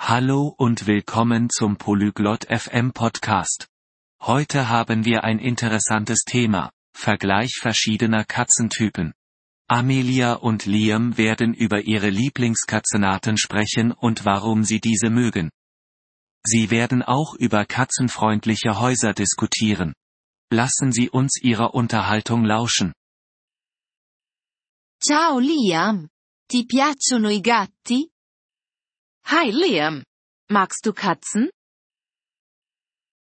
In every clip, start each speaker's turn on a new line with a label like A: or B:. A: Hallo und willkommen zum Polyglot FM Podcast. Heute haben wir ein interessantes Thema, Vergleich verschiedener Katzentypen. Amelia und Liam werden über ihre Lieblingskatzenarten sprechen und warum sie diese mögen. Sie werden auch über katzenfreundliche Häuser diskutieren. Lassen Sie uns Ihrer Unterhaltung lauschen.
B: Ciao Liam. Ti piacciono i gatti? Hi Liam. Magst du Katzen?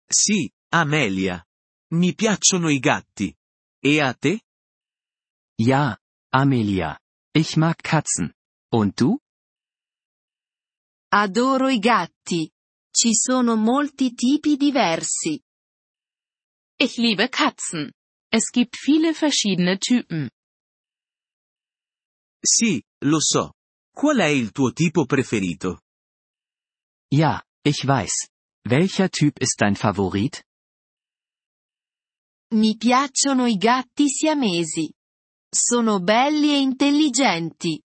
C: Sì, Amelia. Mi piacciono i gatti. E a te?
A: Ja, Amelia. Ich mag Katzen. Und du?
B: Adoro i gatti. Ci sono molti tipi diversi. Ich liebe Katzen. Es gibt viele verschiedene Typen.
C: Sì, lo so. Qual è il tuo tipo preferito?
A: Ja, ich weiß. Welcher Typ ist dein Favorit?
B: Mi piacciono i gatti siamesi. Sono belli e intelligenti.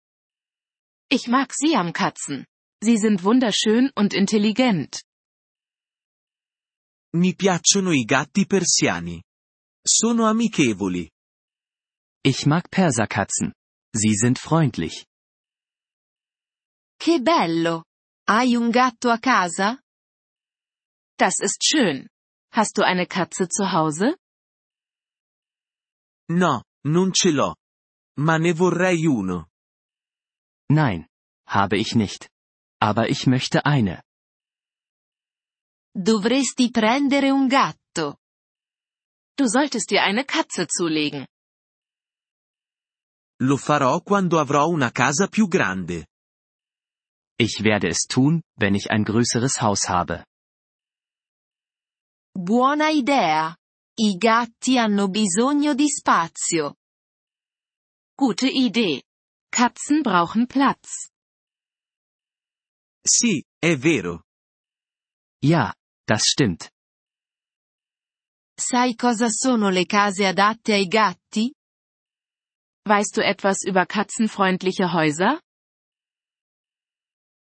B: Ich mag Siamkatzen. Sie sind wunderschön und intelligent.
C: Mi piacciono i gatti persiani. Sono amichevoli.
A: Ich mag Perserkatzen. Sie sind freundlich.
B: Che bello! Hai un gatto a casa? Das ist schön. Hast du eine Katze zu Hause?
C: No, non ce l'ho. Ma ne vorrei uno.
A: Nein, habe ich nicht. Aber ich möchte eine.
B: Dovresti prendere un gatto. Du solltest dir eine Katze zulegen.
C: Lo farò quando avrò una casa più grande.
A: Ich werde es tun, wenn ich ein größeres Haus habe.
B: Buona idea. I gatti hanno bisogno di spazio. Gute Idee. Katzen brauchen Platz.
C: Sì, è vero.
A: Ja, das stimmt.
B: Sai cosa sono le case adatte ai gatti? Weißt du etwas über katzenfreundliche Häuser?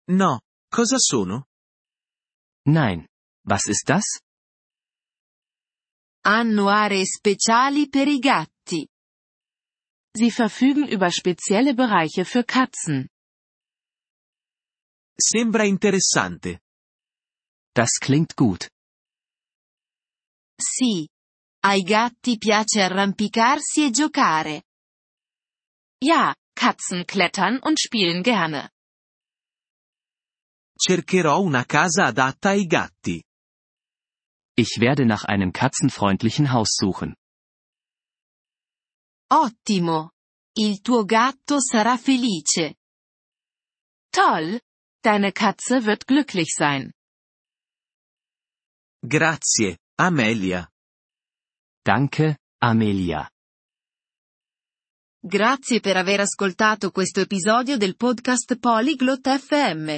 C: No, cosa sono?
A: Nein. Was ist das?
B: Hanno aree speciali per i gatti. Sie verfügen über spezielle Bereiche für Katzen.
C: Sembra interessante.
A: Das klingt gut.
B: Sì. Ai gatti piace arrampicarsi e giocare. Ja, Katzen klettern und spielen gerne.
C: Cercherò una casa adatta ai gatti.
A: Ich werde nach einem katzenfreundlichen Haus suchen.
B: Ottimo! Il tuo gatto sarà felice. Toll! Deine Katze wird glücklich sein.
C: Grazie, Amelia.
A: Danke, Amelia.
B: Grazie per aver ascoltato questo episodio del podcast Polyglot FM.